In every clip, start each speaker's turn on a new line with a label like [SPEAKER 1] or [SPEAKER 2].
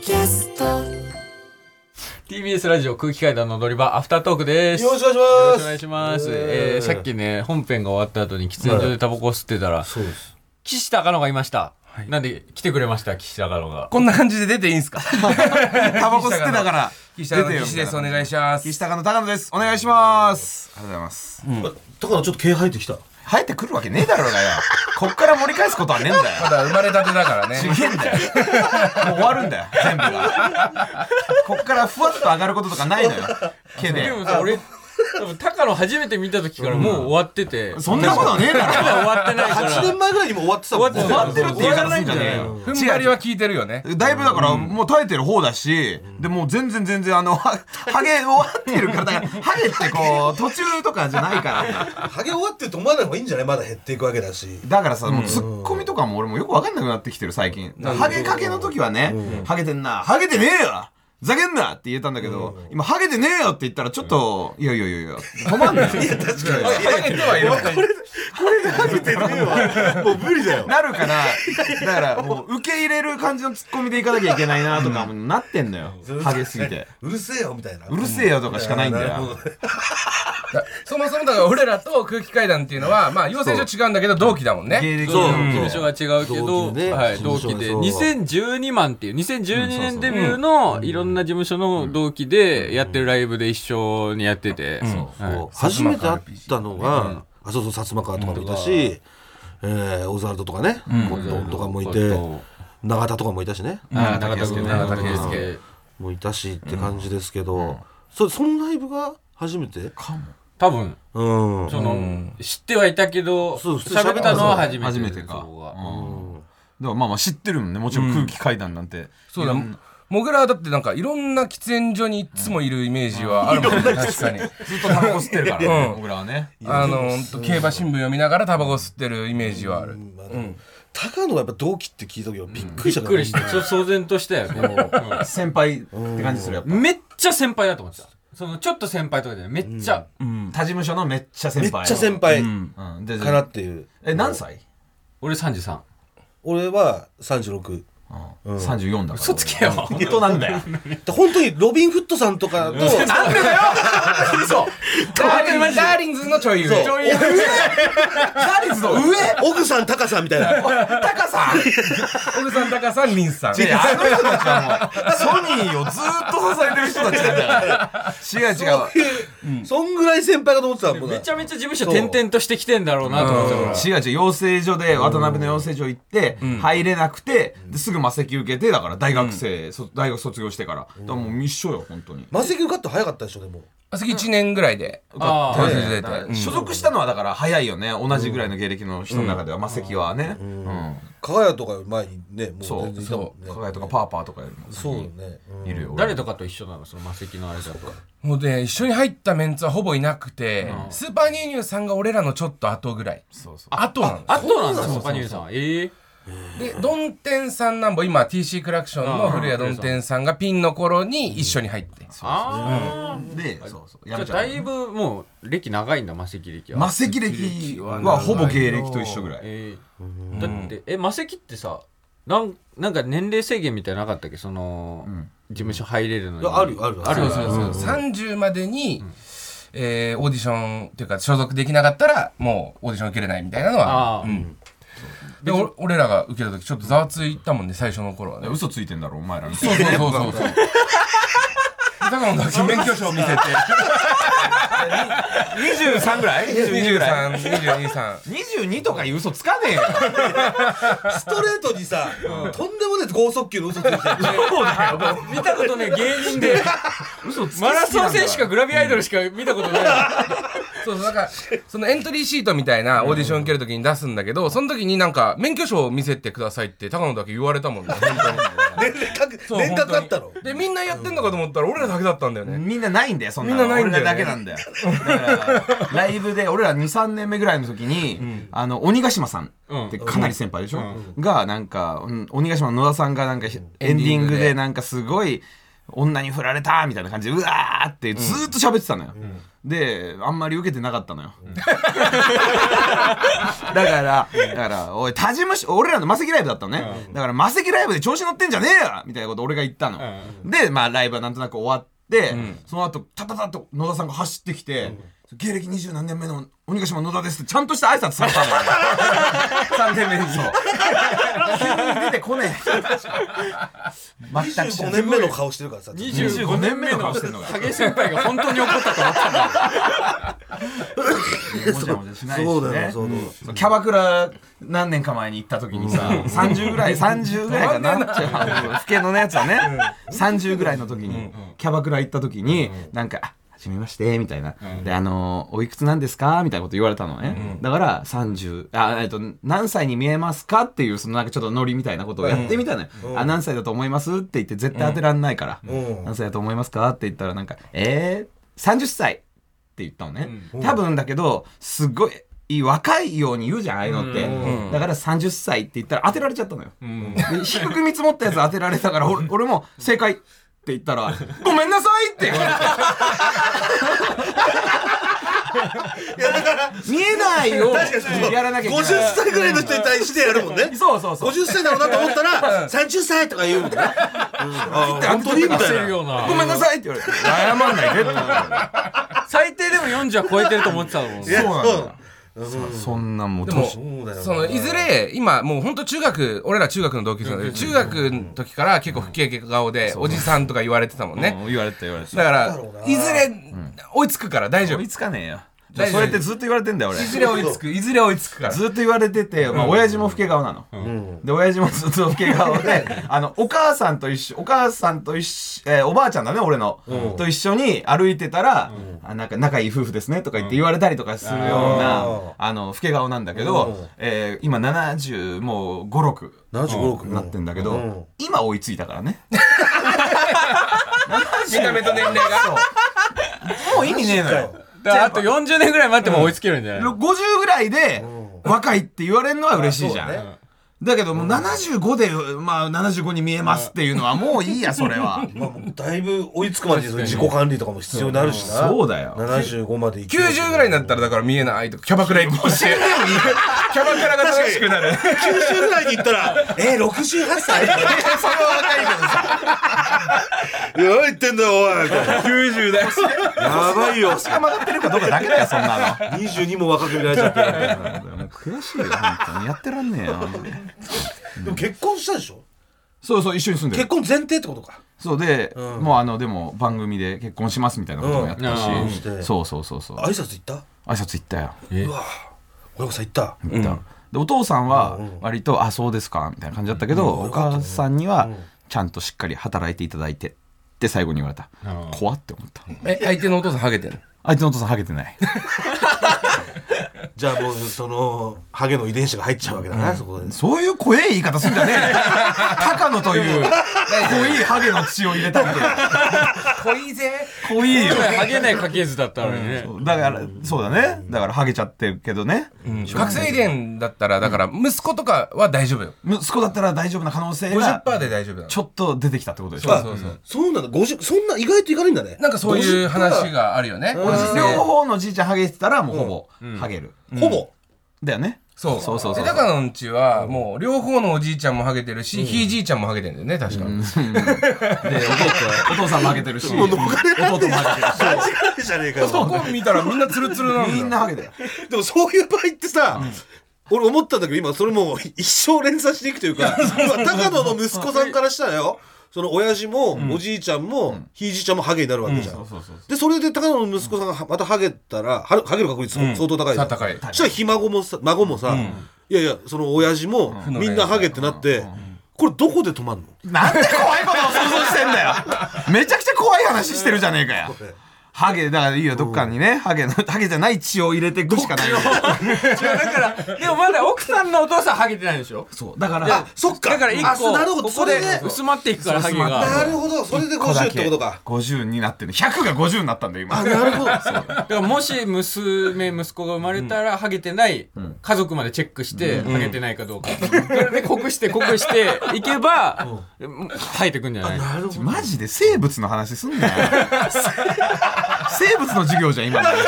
[SPEAKER 1] キャスト
[SPEAKER 2] TBS ラジオ空気階段の踊り場アフタートークです
[SPEAKER 3] よろしくお
[SPEAKER 2] よろ
[SPEAKER 3] 願い
[SPEAKER 2] しくお
[SPEAKER 3] し
[SPEAKER 2] 願
[SPEAKER 3] ま
[SPEAKER 2] い
[SPEAKER 3] す
[SPEAKER 2] します、
[SPEAKER 3] えー
[SPEAKER 2] えーさっきね本編が終わった後に喫煙所でタバコ吸ってたら、
[SPEAKER 3] そうです
[SPEAKER 2] 岸田赤野がいました、なんで来てくれました岸田赤野が
[SPEAKER 4] こんな感じで出ていいんすかタバコ吸ってたから。
[SPEAKER 5] 岸田の
[SPEAKER 4] 出てよ
[SPEAKER 5] 岸ですお願いします
[SPEAKER 4] 岸高の高野です。お願いします。ありがとうございます。
[SPEAKER 3] だからちょっと毛生えてきた
[SPEAKER 4] 生えてくるわけねえだろうがよ。こっから盛り返すことはねえんだよ。
[SPEAKER 5] まだ生まれたてだからね
[SPEAKER 4] ちげえんだよ。もう終わるんだよ、全部が。こっからふわっと上がることとかないのよ。毛で
[SPEAKER 2] で。もさ俺多分高野初めて見た時からもう終わってて、
[SPEAKER 4] そんなことはねえ
[SPEAKER 2] ま
[SPEAKER 4] だろ。
[SPEAKER 2] だ終わってないから
[SPEAKER 3] 8年前ぐらいにも終わってたもん
[SPEAKER 2] 終
[SPEAKER 4] 終わってるって言い方すんじゃねえよ。
[SPEAKER 5] 踏ん張りは効いてるよね
[SPEAKER 4] だいぶだから、もう耐えてる方だし、でもう全然全然あの、はハゲ終わってるから、だからハゲってこう、途中とかじゃないから。
[SPEAKER 3] ハゲ終わってると思わない方がいいんじゃないまだ減 っていくわけだし
[SPEAKER 4] だからさ、もうツッコミとかも俺もよくわかんなくなってきてる最近。ハゲかけの時はね、ハゲてんな、ハゲてねえよふざけんなって言えたんだけど、今、ハゲてねえよって言ったらちょっと、いやいやいやいや、止まんない。
[SPEAKER 3] 確かにハゲてはいるハゲてねえわもう無理だよ
[SPEAKER 4] なるから、だからもう受け入れる感じのツッコミでいかなきゃいけないなとかもなってんのよ。ハゲすぎて。
[SPEAKER 3] うるせえよみたいな
[SPEAKER 4] うるせえよとかしかないんだよ。
[SPEAKER 5] そもそもだから俺らと空気階段っていうの はまあ養成所違うんだけど同期だもんね
[SPEAKER 4] 芸歴
[SPEAKER 3] そう
[SPEAKER 2] 事務所が違うけど、
[SPEAKER 3] 同期でね
[SPEAKER 2] はい、
[SPEAKER 3] 事
[SPEAKER 2] 同
[SPEAKER 3] 務所
[SPEAKER 2] 期
[SPEAKER 3] ね
[SPEAKER 2] で
[SPEAKER 3] そう
[SPEAKER 2] 2012万っていう2012年デビューのいろんな事務所の同期でやってるライブで一緒にやってて、はい
[SPEAKER 3] 初めて会ったのがあそうそう薩摩川とかもいたしえーオズワルドとかねコットンとかもいて永田とかもいたしね
[SPEAKER 2] あー永田君永田圭介
[SPEAKER 3] もういたしって感じですけどそそのライブが初めて
[SPEAKER 2] 多分
[SPEAKER 3] うん
[SPEAKER 2] その知ってはいたけど
[SPEAKER 3] そう普通に
[SPEAKER 2] 喋ったのは初めて
[SPEAKER 4] 初めてか。
[SPEAKER 2] そこが
[SPEAKER 4] うんだからまあまあ知ってるもんね、もちろん空気階段なんて。
[SPEAKER 5] そうだモグラはだってなんかいろんな喫煙所にいつもいるイメージはあるもんね確かに
[SPEAKER 4] ずっとタバコ吸ってるからね
[SPEAKER 5] う、ん
[SPEAKER 4] 僕らはね。
[SPEAKER 5] あのほんと競馬新聞読みながらタバコ吸ってるイメージはある
[SPEAKER 3] まあでも高野がやっぱ同期って聞いた時はびっくりした
[SPEAKER 2] びっ
[SPEAKER 3] か
[SPEAKER 2] く
[SPEAKER 3] ら
[SPEAKER 2] りしてちょっと騒然としたよね
[SPEAKER 4] 先輩って感じするやっぱ。
[SPEAKER 2] めっちゃ先輩だと思ってたそのちょっと先輩とかじゃないめっちゃ、
[SPEAKER 4] 他事務所のめっちゃ先
[SPEAKER 3] めっ
[SPEAKER 4] 輩
[SPEAKER 3] ちゃ先輩
[SPEAKER 4] 輩、うん、で
[SPEAKER 3] かなっていう
[SPEAKER 4] え何歳、
[SPEAKER 2] 俺33
[SPEAKER 3] 俺は36
[SPEAKER 4] うん、?34 だから
[SPEAKER 2] 嘘つけよ
[SPEAKER 4] 本当なんだよ
[SPEAKER 3] で本当にロビン・フットさんとかと
[SPEAKER 4] なんでだよ嘘
[SPEAKER 5] ダーリンダーリンズのちょい上
[SPEAKER 3] そう
[SPEAKER 4] 何その上
[SPEAKER 3] 奥さん高さんみたいな
[SPEAKER 4] 高さ
[SPEAKER 5] 小さん高さんリンスさん
[SPEAKER 4] いやあの人たちはもうソニーをずっと支えてる人たちなんだよ違う違う
[SPEAKER 3] そんぐらい先輩かと思ってたもん
[SPEAKER 2] めち
[SPEAKER 3] な
[SPEAKER 2] ゃめちゃ事務所転々としてきてんだろうなと思ってたから
[SPEAKER 4] 違う違う養成所で渡辺の養成所行って入れなくてですぐ魔石受けてだから大学生、そ大学卒業してからだからもう一緒よ本当に
[SPEAKER 3] マセキ受かって早かったでしょでも
[SPEAKER 5] あそこ1年ぐらいで
[SPEAKER 2] あー
[SPEAKER 5] 養成所出
[SPEAKER 4] だから
[SPEAKER 5] て
[SPEAKER 4] 所属したのはだから早いよね同じぐらいの芸歴の人の中では魔石はね、うん
[SPEAKER 3] 加賀谷とかより前にねもう
[SPEAKER 4] そ
[SPEAKER 3] 全然い
[SPEAKER 4] う
[SPEAKER 3] たもん
[SPEAKER 4] そう
[SPEAKER 3] ね
[SPEAKER 4] 輝とかパーパーとかよりも
[SPEAKER 3] そうよね
[SPEAKER 4] いるよ
[SPEAKER 2] 誰とかと一緒なのその魔石のあれだと
[SPEAKER 5] もうね、一緒に入ったメンツはほぼいなくて、スーパーニューニューさんが俺らのちょっと後ぐらい。
[SPEAKER 4] そうそう
[SPEAKER 5] 後なんで
[SPEAKER 2] あとなんだソパニューさんはええ
[SPEAKER 5] す。で、ドンテンさんなんぼ、今 TC クラクションの古谷ドンテンさんがピンの頃に一緒に入って。
[SPEAKER 2] あ
[SPEAKER 4] でそうそう
[SPEAKER 2] あじ
[SPEAKER 4] や
[SPEAKER 2] ゃ
[SPEAKER 4] め
[SPEAKER 2] あ
[SPEAKER 4] ちゃ
[SPEAKER 2] だ
[SPEAKER 4] う
[SPEAKER 2] いぶもう歴長いんだ魔石歴は
[SPEAKER 4] 魔石歴はほぼ芸歴と一緒ぐらい
[SPEAKER 2] ええだってえ魔石ってさなんなんか年齢制限みたいなのなかったっけその、事務所入れるのに
[SPEAKER 3] いやあるよあるよ
[SPEAKER 2] あるよ
[SPEAKER 5] そうそうそう。30までに、えーオーディションっていうか所属できなかったらもうオーディション受けれないみたいなのは
[SPEAKER 2] あー
[SPEAKER 5] うんでお俺らが受けた時ちょっとざわついたもんね最初の頃はね
[SPEAKER 4] 嘘ついてんだろお前らみたい
[SPEAKER 5] そうそうそうそうそ う。高野だけ免許証見せて。
[SPEAKER 4] な23ぐらい22ぐらい
[SPEAKER 5] 三、二十二三。
[SPEAKER 4] 22とかいう嘘つかねえよ
[SPEAKER 3] ストレートにさとんでもねえ剛速球の嘘ついてる
[SPEAKER 2] 見たことね芸人で嘘マラソン選手かグラビアアイドルしか見たことない
[SPEAKER 5] そうそう、なんか、そのエントリーシートみたいなオーディション受けるときに出すんだけど、その時になんか免許証を見せてくださいって高野だけ言われたもんね。本当に
[SPEAKER 3] 年齢かけ
[SPEAKER 5] そう
[SPEAKER 3] 年
[SPEAKER 5] 本
[SPEAKER 3] 額
[SPEAKER 5] 当
[SPEAKER 3] あ
[SPEAKER 5] に
[SPEAKER 3] ったの
[SPEAKER 5] で、みんなやってんのかと思ったら、俺らだけだったんだよね。
[SPEAKER 4] みんなないんだよそんなの
[SPEAKER 5] みんなないんだよね
[SPEAKER 4] 俺らだけなんだよだからライブで俺ら23年目ぐらいの時に、あの鬼ヶ島さんってかなり先輩でしょ、がなんか、うん鬼ヶ島の野田さんがなんかひエンディングでなんかすごい女に振られたみたいな感じでうわーってずーっと喋ってたのよ、であんまり受けてなかったのよ、だからだからおい他事務所俺らのマセキライブだったのね、だからマセキライブで調子乗ってんじゃねえよみたいなこと俺が言ったの、でまあライブはなんとなく終わって、その後タタタッと野田さんが走ってきて、芸歴二十何年目の鬼ヶ島野田ですってちゃんとした挨拶されたのよ 3年目にそう急に出てこねえ全く知
[SPEAKER 3] 5
[SPEAKER 4] らない
[SPEAKER 3] 年目の顔してるからさ
[SPEAKER 2] 25年目の
[SPEAKER 4] 顔してんのが
[SPEAKER 2] 影先輩が本当に怒ったと思ったんだ
[SPEAKER 4] もじゃもじゃ しないし、ね、
[SPEAKER 3] そうだよそうだよ
[SPEAKER 4] そうキャバクラ何年か前に行った時にさ、30ぐらい30ぐらいかなっちゃう老けのやつはね、30ぐらいの時に、キャバクラ行った時に、なんか「あはじめまして」みたいな「であのおいくつなんですか?」みたいなこと言われたのね、だから30あ、えっと「何歳に見えますか?」っていうそのなんかちょっとノリみたいなことをやってみたのよ「あ何歳だと思います?」って言って絶対当てらんないから「
[SPEAKER 3] うん
[SPEAKER 4] 何歳だと思いますか?」って言ったらなんか「えー、30歳」って言ったのね、多分だけどすっごい若いように言うじゃんああいうのって、だから30歳って言ったら当てられちゃったのよ、で低く見積もったやつ当てられ たから俺俺も正解って言ったら「ごめんなさい!」って言われた見えないよやらなきゃいけ
[SPEAKER 3] 50
[SPEAKER 4] ない
[SPEAKER 3] 歳ぐらいの人に対してやるもんね
[SPEAKER 4] そうそうそう
[SPEAKER 3] 50歳だろうなと思ったら30歳とか言うもんねあー本当にみ
[SPEAKER 2] して
[SPEAKER 3] たい
[SPEAKER 2] る
[SPEAKER 3] な
[SPEAKER 2] ような
[SPEAKER 4] ごめんなさいって言われて謝んないでって言われた
[SPEAKER 2] 最低でも40は超えてると思ってたもん
[SPEAKER 3] いや
[SPEAKER 4] そうなんだよ
[SPEAKER 3] うん
[SPEAKER 4] そんなもう
[SPEAKER 5] でも
[SPEAKER 4] 年
[SPEAKER 3] そうだよな
[SPEAKER 5] そのいずれ今もう本当中学俺ら中学の同級生なんだけど中学の時から結構不景気顔でおじさんとか言われてたもんね
[SPEAKER 4] うん言われてた言われて
[SPEAKER 5] だか
[SPEAKER 4] た
[SPEAKER 3] そ
[SPEAKER 5] ら
[SPEAKER 3] うだろうない
[SPEAKER 5] ずれ追いつくから大丈
[SPEAKER 4] 追
[SPEAKER 5] 夫い
[SPEAKER 4] いつかねえよ
[SPEAKER 5] 大丈夫
[SPEAKER 4] そうやってずっと言われてんだよ俺
[SPEAKER 5] ずれ追いつくいずれ追いつくから
[SPEAKER 4] ずっと言われてて、まあ、親父も老け顔なの、で親父もずっと老け顔 であのお母さんと一緒お母さんと一緒、えーおばあちゃんだね俺の、と一緒に歩いてたら、あなんか仲いい夫婦ですねとか言って言われたりとかするような、あの老け顔なんだけど、えー今70もう56
[SPEAKER 3] 75 6
[SPEAKER 4] なってんだけど、今追いついたからね
[SPEAKER 5] 見た目と年齢が
[SPEAKER 4] もう意味ねえのよ
[SPEAKER 2] だからあと40年ぐらい待っても追いつけるんじゃない
[SPEAKER 4] 50ぐらいで若いって言われるのは嬉しいじゃん、
[SPEAKER 3] あそうだ
[SPEAKER 4] だけどもう75で、まあ、75に見えますっていうのはもういいやそれは
[SPEAKER 3] まあもうだいぶ追いつくまでにその自己管理とかも必要になるしな
[SPEAKER 4] そうだよ
[SPEAKER 3] 75まで生きる
[SPEAKER 5] 90ぐらいになったらだから見えないとかキャバクラ行くしキャバクラが楽しくなる
[SPEAKER 3] 90ぐらいに行ったら、 えー、68歳
[SPEAKER 4] それは若いけどさ
[SPEAKER 3] 何言ってんだよ、おいみたいな
[SPEAKER 5] 90代
[SPEAKER 3] やばいよ。
[SPEAKER 4] 腰が曲がってるかどうかだけだよそんなの
[SPEAKER 3] 22も若く見られちゃって。
[SPEAKER 4] もう悔しいよ本当にやってらんねえよ
[SPEAKER 3] でも結婚したでしょ
[SPEAKER 4] そうそう一緒に住んで
[SPEAKER 3] 結
[SPEAKER 4] る
[SPEAKER 3] 婚前提ってことか。
[SPEAKER 4] そうで、もうあのでも番組で結婚しますみたいなこともやったし、
[SPEAKER 2] うん
[SPEAKER 3] して
[SPEAKER 4] そうそうそうそう
[SPEAKER 3] 挨拶行った
[SPEAKER 4] 挨拶行ったよ
[SPEAKER 3] うわ親御さん行った。
[SPEAKER 4] 行った、でお父さんは割と「あそうですか」みたいな感じだったけど、お母さんには「ちゃんとしっかり働いていただいて」って最後に言われた、怖って思った
[SPEAKER 5] え相手のお父さんハゲてる
[SPEAKER 4] 相手のお父さんハゲてない
[SPEAKER 3] じゃあもう、その、ハゲの遺伝子が入っちゃうわけだな、そこで。
[SPEAKER 4] そういう怖え言い方すんじゃねえよ高野という濃いハゲの血を入れたんだよ
[SPEAKER 5] 濃いぜ
[SPEAKER 4] 濃いよ
[SPEAKER 2] ハゲない家系図だったのにね
[SPEAKER 4] だからそうだねだからハゲちゃってるけどね、
[SPEAKER 5] 学生遺伝だったらだから息子とかは大丈夫よ
[SPEAKER 4] 息子だったら大丈夫な可能性が
[SPEAKER 5] 50%で大丈夫だ
[SPEAKER 4] ちょっと出てきたってことでしょ
[SPEAKER 5] そうそうそう
[SPEAKER 3] そうなんだ、50、そんな、意外といかないんだね。
[SPEAKER 5] なんかそういう話があるよね。
[SPEAKER 3] 50
[SPEAKER 4] 両
[SPEAKER 5] で
[SPEAKER 4] 方のじいちゃんハゲてたらもうほぼハゲる、
[SPEAKER 3] ほぼ。
[SPEAKER 4] だよね
[SPEAKER 5] そう。
[SPEAKER 4] そうそうそう
[SPEAKER 5] で、高野のうちは、もう、両方のおじいちゃんもハゲてるし、ひいじいちゃんもハゲてるんだよね、確か。
[SPEAKER 4] でお父さんお父さんもハゲてるし弟もハゲてる し
[SPEAKER 3] 間違いじゃねえか
[SPEAKER 5] そ
[SPEAKER 3] よ。
[SPEAKER 5] こ見たらみんなツルツルなんだよ。
[SPEAKER 4] みんなハゲだよ。
[SPEAKER 3] でもそういう場合ってさ、俺思ったんだけど今それもう一生連鎖していくというか高野の息子さんからしたらよその親父もおじいちゃんもひいじいちゃんもハゲになるわけじゃん、でそれで高野の息子さんがまたハゲたらはハゲる確率相当高いじゃん、
[SPEAKER 5] さ高い
[SPEAKER 3] そしたらひ孫もさ孫もさ、いやいやその親父もみんなハゲってなって、これどこで止まんの
[SPEAKER 4] なんで怖いことを想像してんだよめちゃくちゃ怖い話してるじゃねえかよハゲ、だからいいよ、どっかにね、ハゲの、ハゲじゃない血を入れていくしかないよ。
[SPEAKER 2] 違うだからでもまだ奥さんのお父さんハゲてないでしょ
[SPEAKER 4] そう、だから、
[SPEAKER 3] あそっか
[SPEAKER 2] だから一
[SPEAKER 3] あそう
[SPEAKER 2] 個
[SPEAKER 3] なるほど
[SPEAKER 2] こ
[SPEAKER 3] そ
[SPEAKER 2] こ
[SPEAKER 3] れ
[SPEAKER 2] で
[SPEAKER 3] で
[SPEAKER 2] 薄まっていくからハゲ
[SPEAKER 3] な
[SPEAKER 2] が
[SPEAKER 3] るほどそれで50ってことか
[SPEAKER 4] 50になってる。100が50になったんだよ、今。
[SPEAKER 3] あなるほど
[SPEAKER 2] だからもし娘息子が生まれたらハゲてない家族までチェックしてハゲてないかどうかそれで濃くして濃くしていけば生えてくんじゃない
[SPEAKER 4] マジで生物の話すん なよ。生物の授業じゃん、今の話。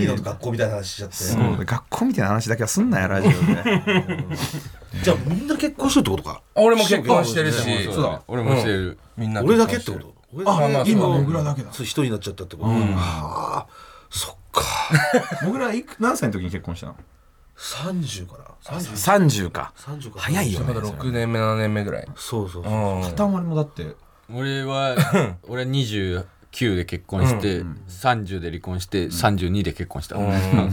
[SPEAKER 3] いいのと学校みたいな話しちゃって
[SPEAKER 4] そう学校みたいな話だけはすんなよ、ラジオで。
[SPEAKER 3] じゃあみんな結婚してるってことか
[SPEAKER 5] 俺も結婚してるし
[SPEAKER 2] そうだね俺もしてる
[SPEAKER 5] みんな
[SPEAKER 3] 俺だけってこと俺だけ
[SPEAKER 5] あまあそう
[SPEAKER 3] 今
[SPEAKER 5] ね
[SPEAKER 3] 僕らだけだそう一人になっちゃったってことはあそっか
[SPEAKER 4] 僕らいく何歳の時に結婚したの
[SPEAKER 3] 30かな30
[SPEAKER 4] ?30 か。
[SPEAKER 3] 30か
[SPEAKER 4] 早いよ
[SPEAKER 5] まだ
[SPEAKER 4] ね。
[SPEAKER 5] 6年目7年目ぐらい
[SPEAKER 3] そうそうそう
[SPEAKER 5] うん
[SPEAKER 4] 片割れもだって、
[SPEAKER 2] 俺は俺は29で結婚して30で離婚して32で結婚した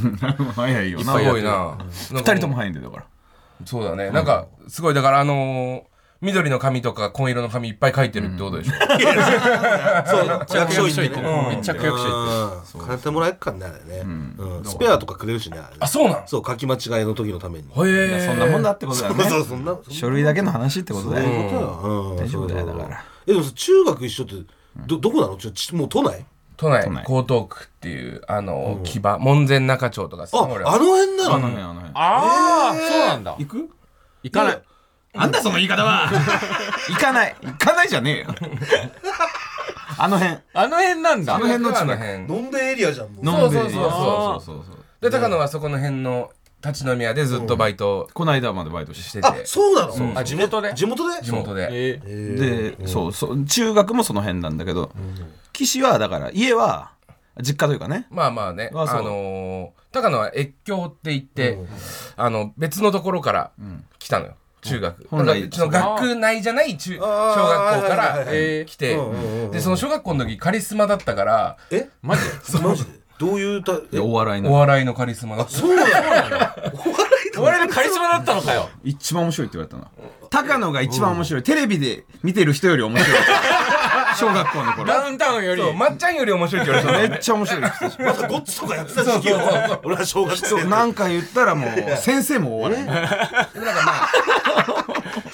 [SPEAKER 4] 早いよ
[SPEAKER 5] す
[SPEAKER 4] な。
[SPEAKER 5] ごいな2
[SPEAKER 4] 2人とも早いんだよ、だから。
[SPEAKER 5] そうだねなんかすごいだからあのー緑の髪とか紺色の髪いっぱい描いてるってことでしょ
[SPEAKER 3] そう
[SPEAKER 2] 着
[SPEAKER 3] 役
[SPEAKER 2] 用
[SPEAKER 3] 所
[SPEAKER 2] しとい
[SPEAKER 3] 行ってて
[SPEAKER 2] る
[SPEAKER 3] ね
[SPEAKER 2] めっちゃ着用しといてる
[SPEAKER 3] うん金ってもらえっかんねあれねうんスペアとかくれるしねあれね
[SPEAKER 5] あそうなん
[SPEAKER 3] そう書き間違いの時のために
[SPEAKER 5] へえ
[SPEAKER 4] そんなもんだってことだよ
[SPEAKER 3] そうそ
[SPEAKER 4] ね。
[SPEAKER 3] うそんなそんな
[SPEAKER 4] 書類だけの話ってこと
[SPEAKER 3] そ
[SPEAKER 4] だ
[SPEAKER 3] う
[SPEAKER 4] よ。
[SPEAKER 3] いうことようん
[SPEAKER 4] 大丈
[SPEAKER 3] そうそ
[SPEAKER 4] 夫だよ
[SPEAKER 3] うそう
[SPEAKER 4] だから
[SPEAKER 3] えでもさ中学一緒ってどどこなのちょちもう都内
[SPEAKER 5] 都内
[SPEAKER 4] 都内
[SPEAKER 5] 江東区っていうあのー木場門前仲町とかさ
[SPEAKER 3] ああ
[SPEAKER 5] 俺
[SPEAKER 3] の辺な
[SPEAKER 4] あの
[SPEAKER 3] の
[SPEAKER 4] 辺、あの辺。
[SPEAKER 2] ああそうなんだ
[SPEAKER 4] 行く
[SPEAKER 2] 行かない
[SPEAKER 4] なんだその言い方 は行かない行かないじゃねえよ あの辺
[SPEAKER 2] あの辺なんだ
[SPEAKER 4] あの辺の
[SPEAKER 5] あ
[SPEAKER 4] 近
[SPEAKER 5] の
[SPEAKER 4] く
[SPEAKER 5] 辺
[SPEAKER 3] のんべえエリアじゃんもう
[SPEAKER 4] のんべえ
[SPEAKER 5] そうそうそう
[SPEAKER 4] そうそうそう
[SPEAKER 5] で高野はそこの辺の立ち飲み屋でずっとバイト
[SPEAKER 4] この間までバイトし
[SPEAKER 5] して
[SPEAKER 4] て
[SPEAKER 5] て
[SPEAKER 3] あそうなの
[SPEAKER 5] う
[SPEAKER 3] あ地
[SPEAKER 2] 元で
[SPEAKER 3] 地元で
[SPEAKER 5] 地元で
[SPEAKER 2] えー
[SPEAKER 4] で、そうそう中学もその辺なんだけど、岸はだから家は実家というかね
[SPEAKER 5] まあまあね、
[SPEAKER 4] あそう
[SPEAKER 5] あのー高野は越境って言って、あの別のところから来たのよ中学、
[SPEAKER 4] 本
[SPEAKER 5] だか
[SPEAKER 4] 来
[SPEAKER 5] らうちの学内じゃない中小学校か
[SPEAKER 3] はいはい
[SPEAKER 5] ら
[SPEAKER 3] はい
[SPEAKER 2] え
[SPEAKER 5] 来て
[SPEAKER 3] うんうんうん
[SPEAKER 5] でその小学校の時カリスマだったから
[SPEAKER 3] え
[SPEAKER 2] マジ
[SPEAKER 3] マジでどういうた
[SPEAKER 4] でお笑い
[SPEAKER 5] お
[SPEAKER 4] の
[SPEAKER 5] 笑いのカリスマだった
[SPEAKER 3] そうなのお笑い
[SPEAKER 2] お笑いのカリスマだったのかよ
[SPEAKER 4] 一番面白いって言われたな高野が一番面白い、テレビで見てる人より面 白い小学校の頃
[SPEAKER 2] ダウンタウンより
[SPEAKER 5] そうまっちゃんより面白いって言われたの
[SPEAKER 4] め
[SPEAKER 5] ね
[SPEAKER 4] っちゃ面白いって言ってた
[SPEAKER 3] まだゴッチとかやってた時期よ俺は小学生
[SPEAKER 4] しなんか言ったらもう先生もお笑い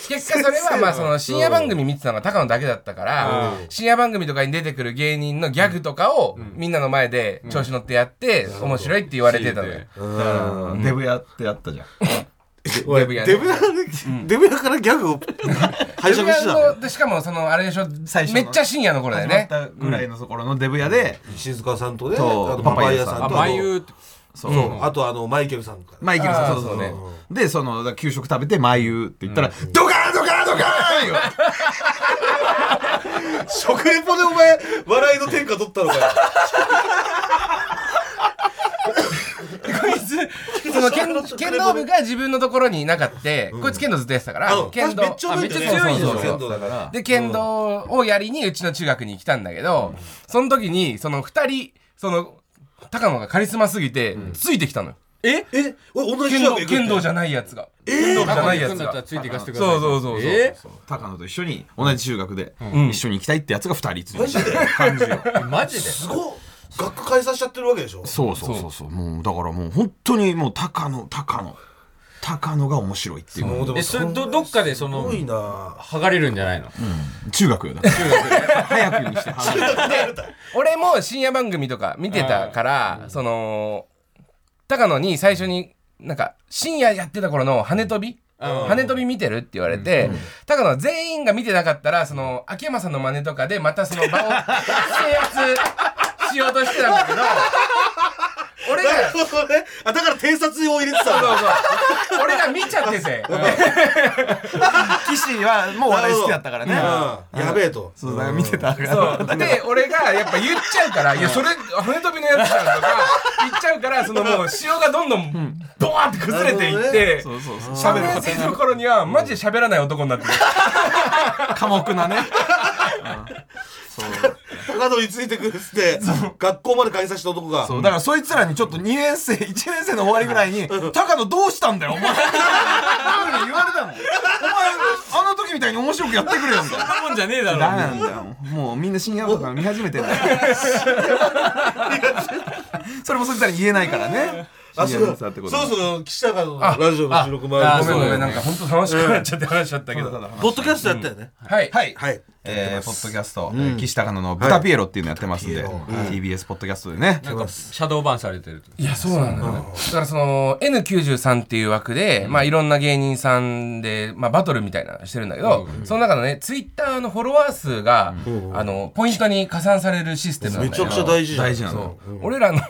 [SPEAKER 5] 結果それはまあその深夜番組見てたのが高野だけだったから深夜番組とかに出てくる芸人のギャグとかをみんなの前で調子乗ってやって面白いって言われてたのよ
[SPEAKER 4] だからデブやってやったじゃん
[SPEAKER 5] デブ屋ね
[SPEAKER 3] デブ屋でデブ屋からギャグを 拝借し
[SPEAKER 5] 自
[SPEAKER 3] てた
[SPEAKER 5] 分
[SPEAKER 3] の
[SPEAKER 5] のでしかもそのあれでしょ
[SPEAKER 4] 最初の
[SPEAKER 5] めっちゃ深夜の頃だよね
[SPEAKER 4] 始まったぐらいのところのデブ屋で、
[SPEAKER 3] 石塚さんとね
[SPEAKER 4] と
[SPEAKER 3] あとパパイヤさんと
[SPEAKER 2] あ
[SPEAKER 3] あと
[SPEAKER 2] 眉って
[SPEAKER 4] そう
[SPEAKER 3] あとあのマイケルさんから
[SPEAKER 4] マイケルさ
[SPEAKER 5] あ
[SPEAKER 4] ん
[SPEAKER 5] ー
[SPEAKER 4] そうそう
[SPEAKER 5] そう
[SPEAKER 4] ね
[SPEAKER 5] ね
[SPEAKER 4] でそのだから給食食べて「まゆ」って言ったら「ドカーンドカーンドカーン!」よ
[SPEAKER 3] 食レポでお前笑いの天下取ったのかよ
[SPEAKER 5] その剣 剣道部が自分のところにいなかって、こいつ剣道ずっとやってたから、剣道
[SPEAKER 3] めっちゃ
[SPEAKER 2] めっちゃ強いんですよ
[SPEAKER 3] 剣道だから
[SPEAKER 5] で剣道をやりにうちの中学に来たんだけど、その時にその2人その高野がカリスマすぎて、ついてきたのよ
[SPEAKER 2] え
[SPEAKER 3] え俺同じ
[SPEAKER 5] 剣
[SPEAKER 3] 中学行
[SPEAKER 5] 道
[SPEAKER 3] くって
[SPEAKER 5] 剣道じゃないやつが、剣道じゃないやつ
[SPEAKER 2] だったら
[SPEAKER 5] が
[SPEAKER 2] ついていかせてください
[SPEAKER 5] そうそうそうそう、
[SPEAKER 2] え
[SPEAKER 4] 高野と一緒に同じ中学で
[SPEAKER 5] ん
[SPEAKER 4] 一緒に行きたいってやつが2人つい
[SPEAKER 3] マ
[SPEAKER 4] て
[SPEAKER 3] ジで
[SPEAKER 4] 感じよ
[SPEAKER 2] マジです
[SPEAKER 3] ごい学区解散しちゃってるわけでしょ
[SPEAKER 4] そうそうそうそうもうだからもう本当にもう高野高野高野が面白いっていう
[SPEAKER 3] もうでも
[SPEAKER 2] えそれどどっかでその
[SPEAKER 3] すごいな
[SPEAKER 2] 剥がれるんじゃないの
[SPEAKER 4] 中学よだから早くにして離れた
[SPEAKER 5] 俺も深夜番組とか見てたから、その高野に最初になんか深夜やってた頃の羽飛び羽飛び見てるって言われて、高野は全員が見てなかったらその秋山さんの真似とかでまたその場を制圧しようとしてたんだけど俺が
[SPEAKER 3] な るほどねあだから偵察用入れてたん
[SPEAKER 5] そう
[SPEAKER 3] だ
[SPEAKER 5] そう 俺が見ちゃってて、
[SPEAKER 4] 岸はもう笑い好きだったからね
[SPEAKER 3] うんやべえと
[SPEAKER 4] そうだから見てたから
[SPEAKER 5] そうで俺がやっぱ言っちゃうから「いやそれ羽飛びのやつじゃん」とか言っちゃうからそのもう塩がどんどんボワーって崩れていって。
[SPEAKER 4] そうそうそう
[SPEAKER 5] 喋る先生の頃にはマジで喋らない男になってる
[SPEAKER 4] 寡黙なね
[SPEAKER 3] 高野についてくるっつって学校まで解散した男が
[SPEAKER 4] そうだからそいつらにちょっと2年生1年 生の終わりぐらいに「高野どうしたんだよお前」って言われたのお前あの時みたいいに面白くやってくれよみたいな。
[SPEAKER 2] なもんじゃねえだ
[SPEAKER 4] ダ
[SPEAKER 2] ろ
[SPEAKER 4] メなんだよ。もうみんな深夜とか見始めてんだよ。それもそいつらに言えないからね。
[SPEAKER 3] あそ
[SPEAKER 4] 深夜の
[SPEAKER 3] う
[SPEAKER 4] 朝っ
[SPEAKER 3] そ
[SPEAKER 4] てこ
[SPEAKER 3] う
[SPEAKER 4] と
[SPEAKER 3] そう岸高のラジオの収録前
[SPEAKER 2] ああ
[SPEAKER 5] ごめんごめん、
[SPEAKER 2] そ
[SPEAKER 5] な
[SPEAKER 2] うん
[SPEAKER 5] か本当楽しくなっちゃって話しちゃったけど。は
[SPEAKER 3] ポッドキャストやったよね
[SPEAKER 5] い。
[SPEAKER 4] はい。
[SPEAKER 3] はい
[SPEAKER 4] えーポッドキャスト、えー岸高野の「ブタピエロ」っていうのやってますんで、TBS ポッドキャストでね
[SPEAKER 2] なんかシャドーバンされてると
[SPEAKER 5] いや、そうなんだよ、だからその、N93 っていう枠で、まあいろんな芸人さんで、まあバトルみたいなのしてるんだけど、その中のね、ツイッターのフォロワー数が、あの、ポイントに加算されるシステムなんだ
[SPEAKER 3] め
[SPEAKER 5] よ
[SPEAKER 3] ちゃくちゃ大事じゃん
[SPEAKER 4] 大事なの
[SPEAKER 5] そう俺らの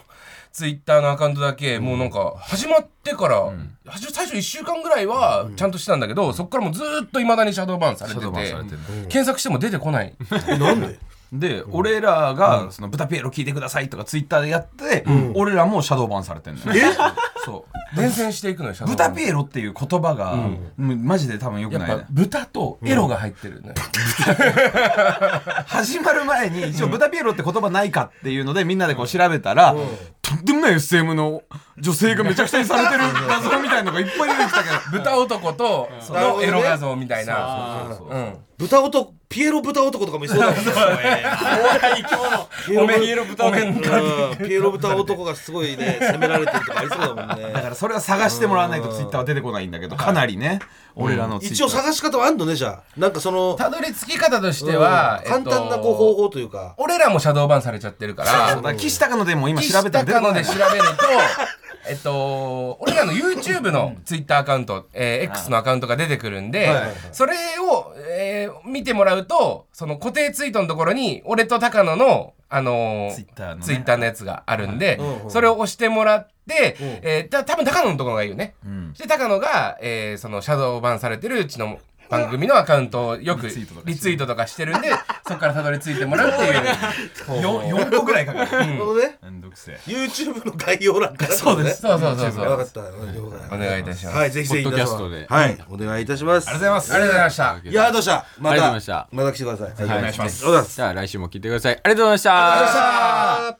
[SPEAKER 5] ツイッターのアカウントだけもうなんか始まってから、はじ最初1週間ぐらいはちゃんとしてたんだけど、そこからもうずーっといまだにシャドーバンされて
[SPEAKER 4] シャドーバンされて
[SPEAKER 5] て
[SPEAKER 4] ん
[SPEAKER 5] 検索しても出てこない
[SPEAKER 3] なんで
[SPEAKER 4] で、俺らが「そのブタピエロ聞いてください」とかツイッターでやって、俺らもシャドーバンされてんのよそう
[SPEAKER 5] 伝染していくのよシャド
[SPEAKER 4] ブ
[SPEAKER 5] ーバ
[SPEAKER 4] タ
[SPEAKER 5] ン
[SPEAKER 4] ピエロっていう言葉が、もうマジで多分よく
[SPEAKER 5] や
[SPEAKER 4] ない
[SPEAKER 5] っ
[SPEAKER 4] ね
[SPEAKER 5] ぱ豚とエロが入ってるのよ、
[SPEAKER 4] 始まる前に一応「ブタピエロ」って言葉ないかっていうのでみんなでこう調べたら、とんでもない SM の女性がめちゃくちゃにされてる画像みたいのがいっぱい出てきたけど
[SPEAKER 5] 豚男とそ
[SPEAKER 3] なるほ
[SPEAKER 5] の
[SPEAKER 3] どね
[SPEAKER 5] エロ画像みたいな、
[SPEAKER 4] そうそうそう
[SPEAKER 5] うん、
[SPEAKER 3] 豚男ピエロ豚男とかもい そうだもんね
[SPEAKER 5] おめんエロ豚おめんか
[SPEAKER 3] うんピエロ豚男がすごい ね責められてるとかありそうだもん
[SPEAKER 4] だ
[SPEAKER 3] ね
[SPEAKER 4] からそれは探してもらわないとツイッターは出てこないんだけどかなりね、俺らのツイッター
[SPEAKER 3] 一応探し方はあんのねじゃあなんかその
[SPEAKER 5] たどり着き方としては、
[SPEAKER 3] 簡単なこう方法というか
[SPEAKER 5] 俺らもシャドーバンされちゃってるか
[SPEAKER 4] あ
[SPEAKER 5] ら
[SPEAKER 4] そうだ岸高野でも今調べた
[SPEAKER 5] たの
[SPEAKER 4] な
[SPEAKER 5] で
[SPEAKER 4] い
[SPEAKER 5] 調べるとえっと俺らの YouTube の Twitter アカウント、えー X のアカウントが出てくるん
[SPEAKER 3] は
[SPEAKER 5] で、
[SPEAKER 3] いはいはい
[SPEAKER 5] それを、えー見てもらうとその固定ツイートのところに俺と高野のあのー
[SPEAKER 4] Twitter のね
[SPEAKER 5] Twitter のやつがあるんで、
[SPEAKER 3] うんうん
[SPEAKER 5] それを押してもらっ
[SPEAKER 3] ん
[SPEAKER 5] て、えーた多分高野のところがいいよね。で高野が、えーそのシャドーバンされてるうちの番組のアカウントをよく
[SPEAKER 4] リ
[SPEAKER 5] リ
[SPEAKER 4] ツ
[SPEAKER 5] ツ
[SPEAKER 4] イ
[SPEAKER 5] イ
[SPEAKER 4] ートとかして
[SPEAKER 5] ートとかしてるんでそこからたどり着いてもらうっていう。
[SPEAKER 4] よ4個ぐらいか かる
[SPEAKER 3] なるほどね
[SPEAKER 4] めんどくせえ
[SPEAKER 3] YouTube の概要欄から
[SPEAKER 4] そうです
[SPEAKER 5] そうそうそうそう。
[SPEAKER 3] 分かった了解
[SPEAKER 5] お願いいたします。
[SPEAKER 3] はい、ぜひぜひ皆様
[SPEAKER 2] ポッドキャストで
[SPEAKER 3] はい、お願いいたします。
[SPEAKER 4] ありがとうございます
[SPEAKER 5] ありがとうございました。
[SPEAKER 3] いやーどうしたま
[SPEAKER 2] ありがとうござい
[SPEAKER 3] た
[SPEAKER 2] ました
[SPEAKER 3] また来てください。。
[SPEAKER 2] お願いします
[SPEAKER 3] ありがとうございます。
[SPEAKER 2] じゃあ来週も聞いてくださいありがとうございました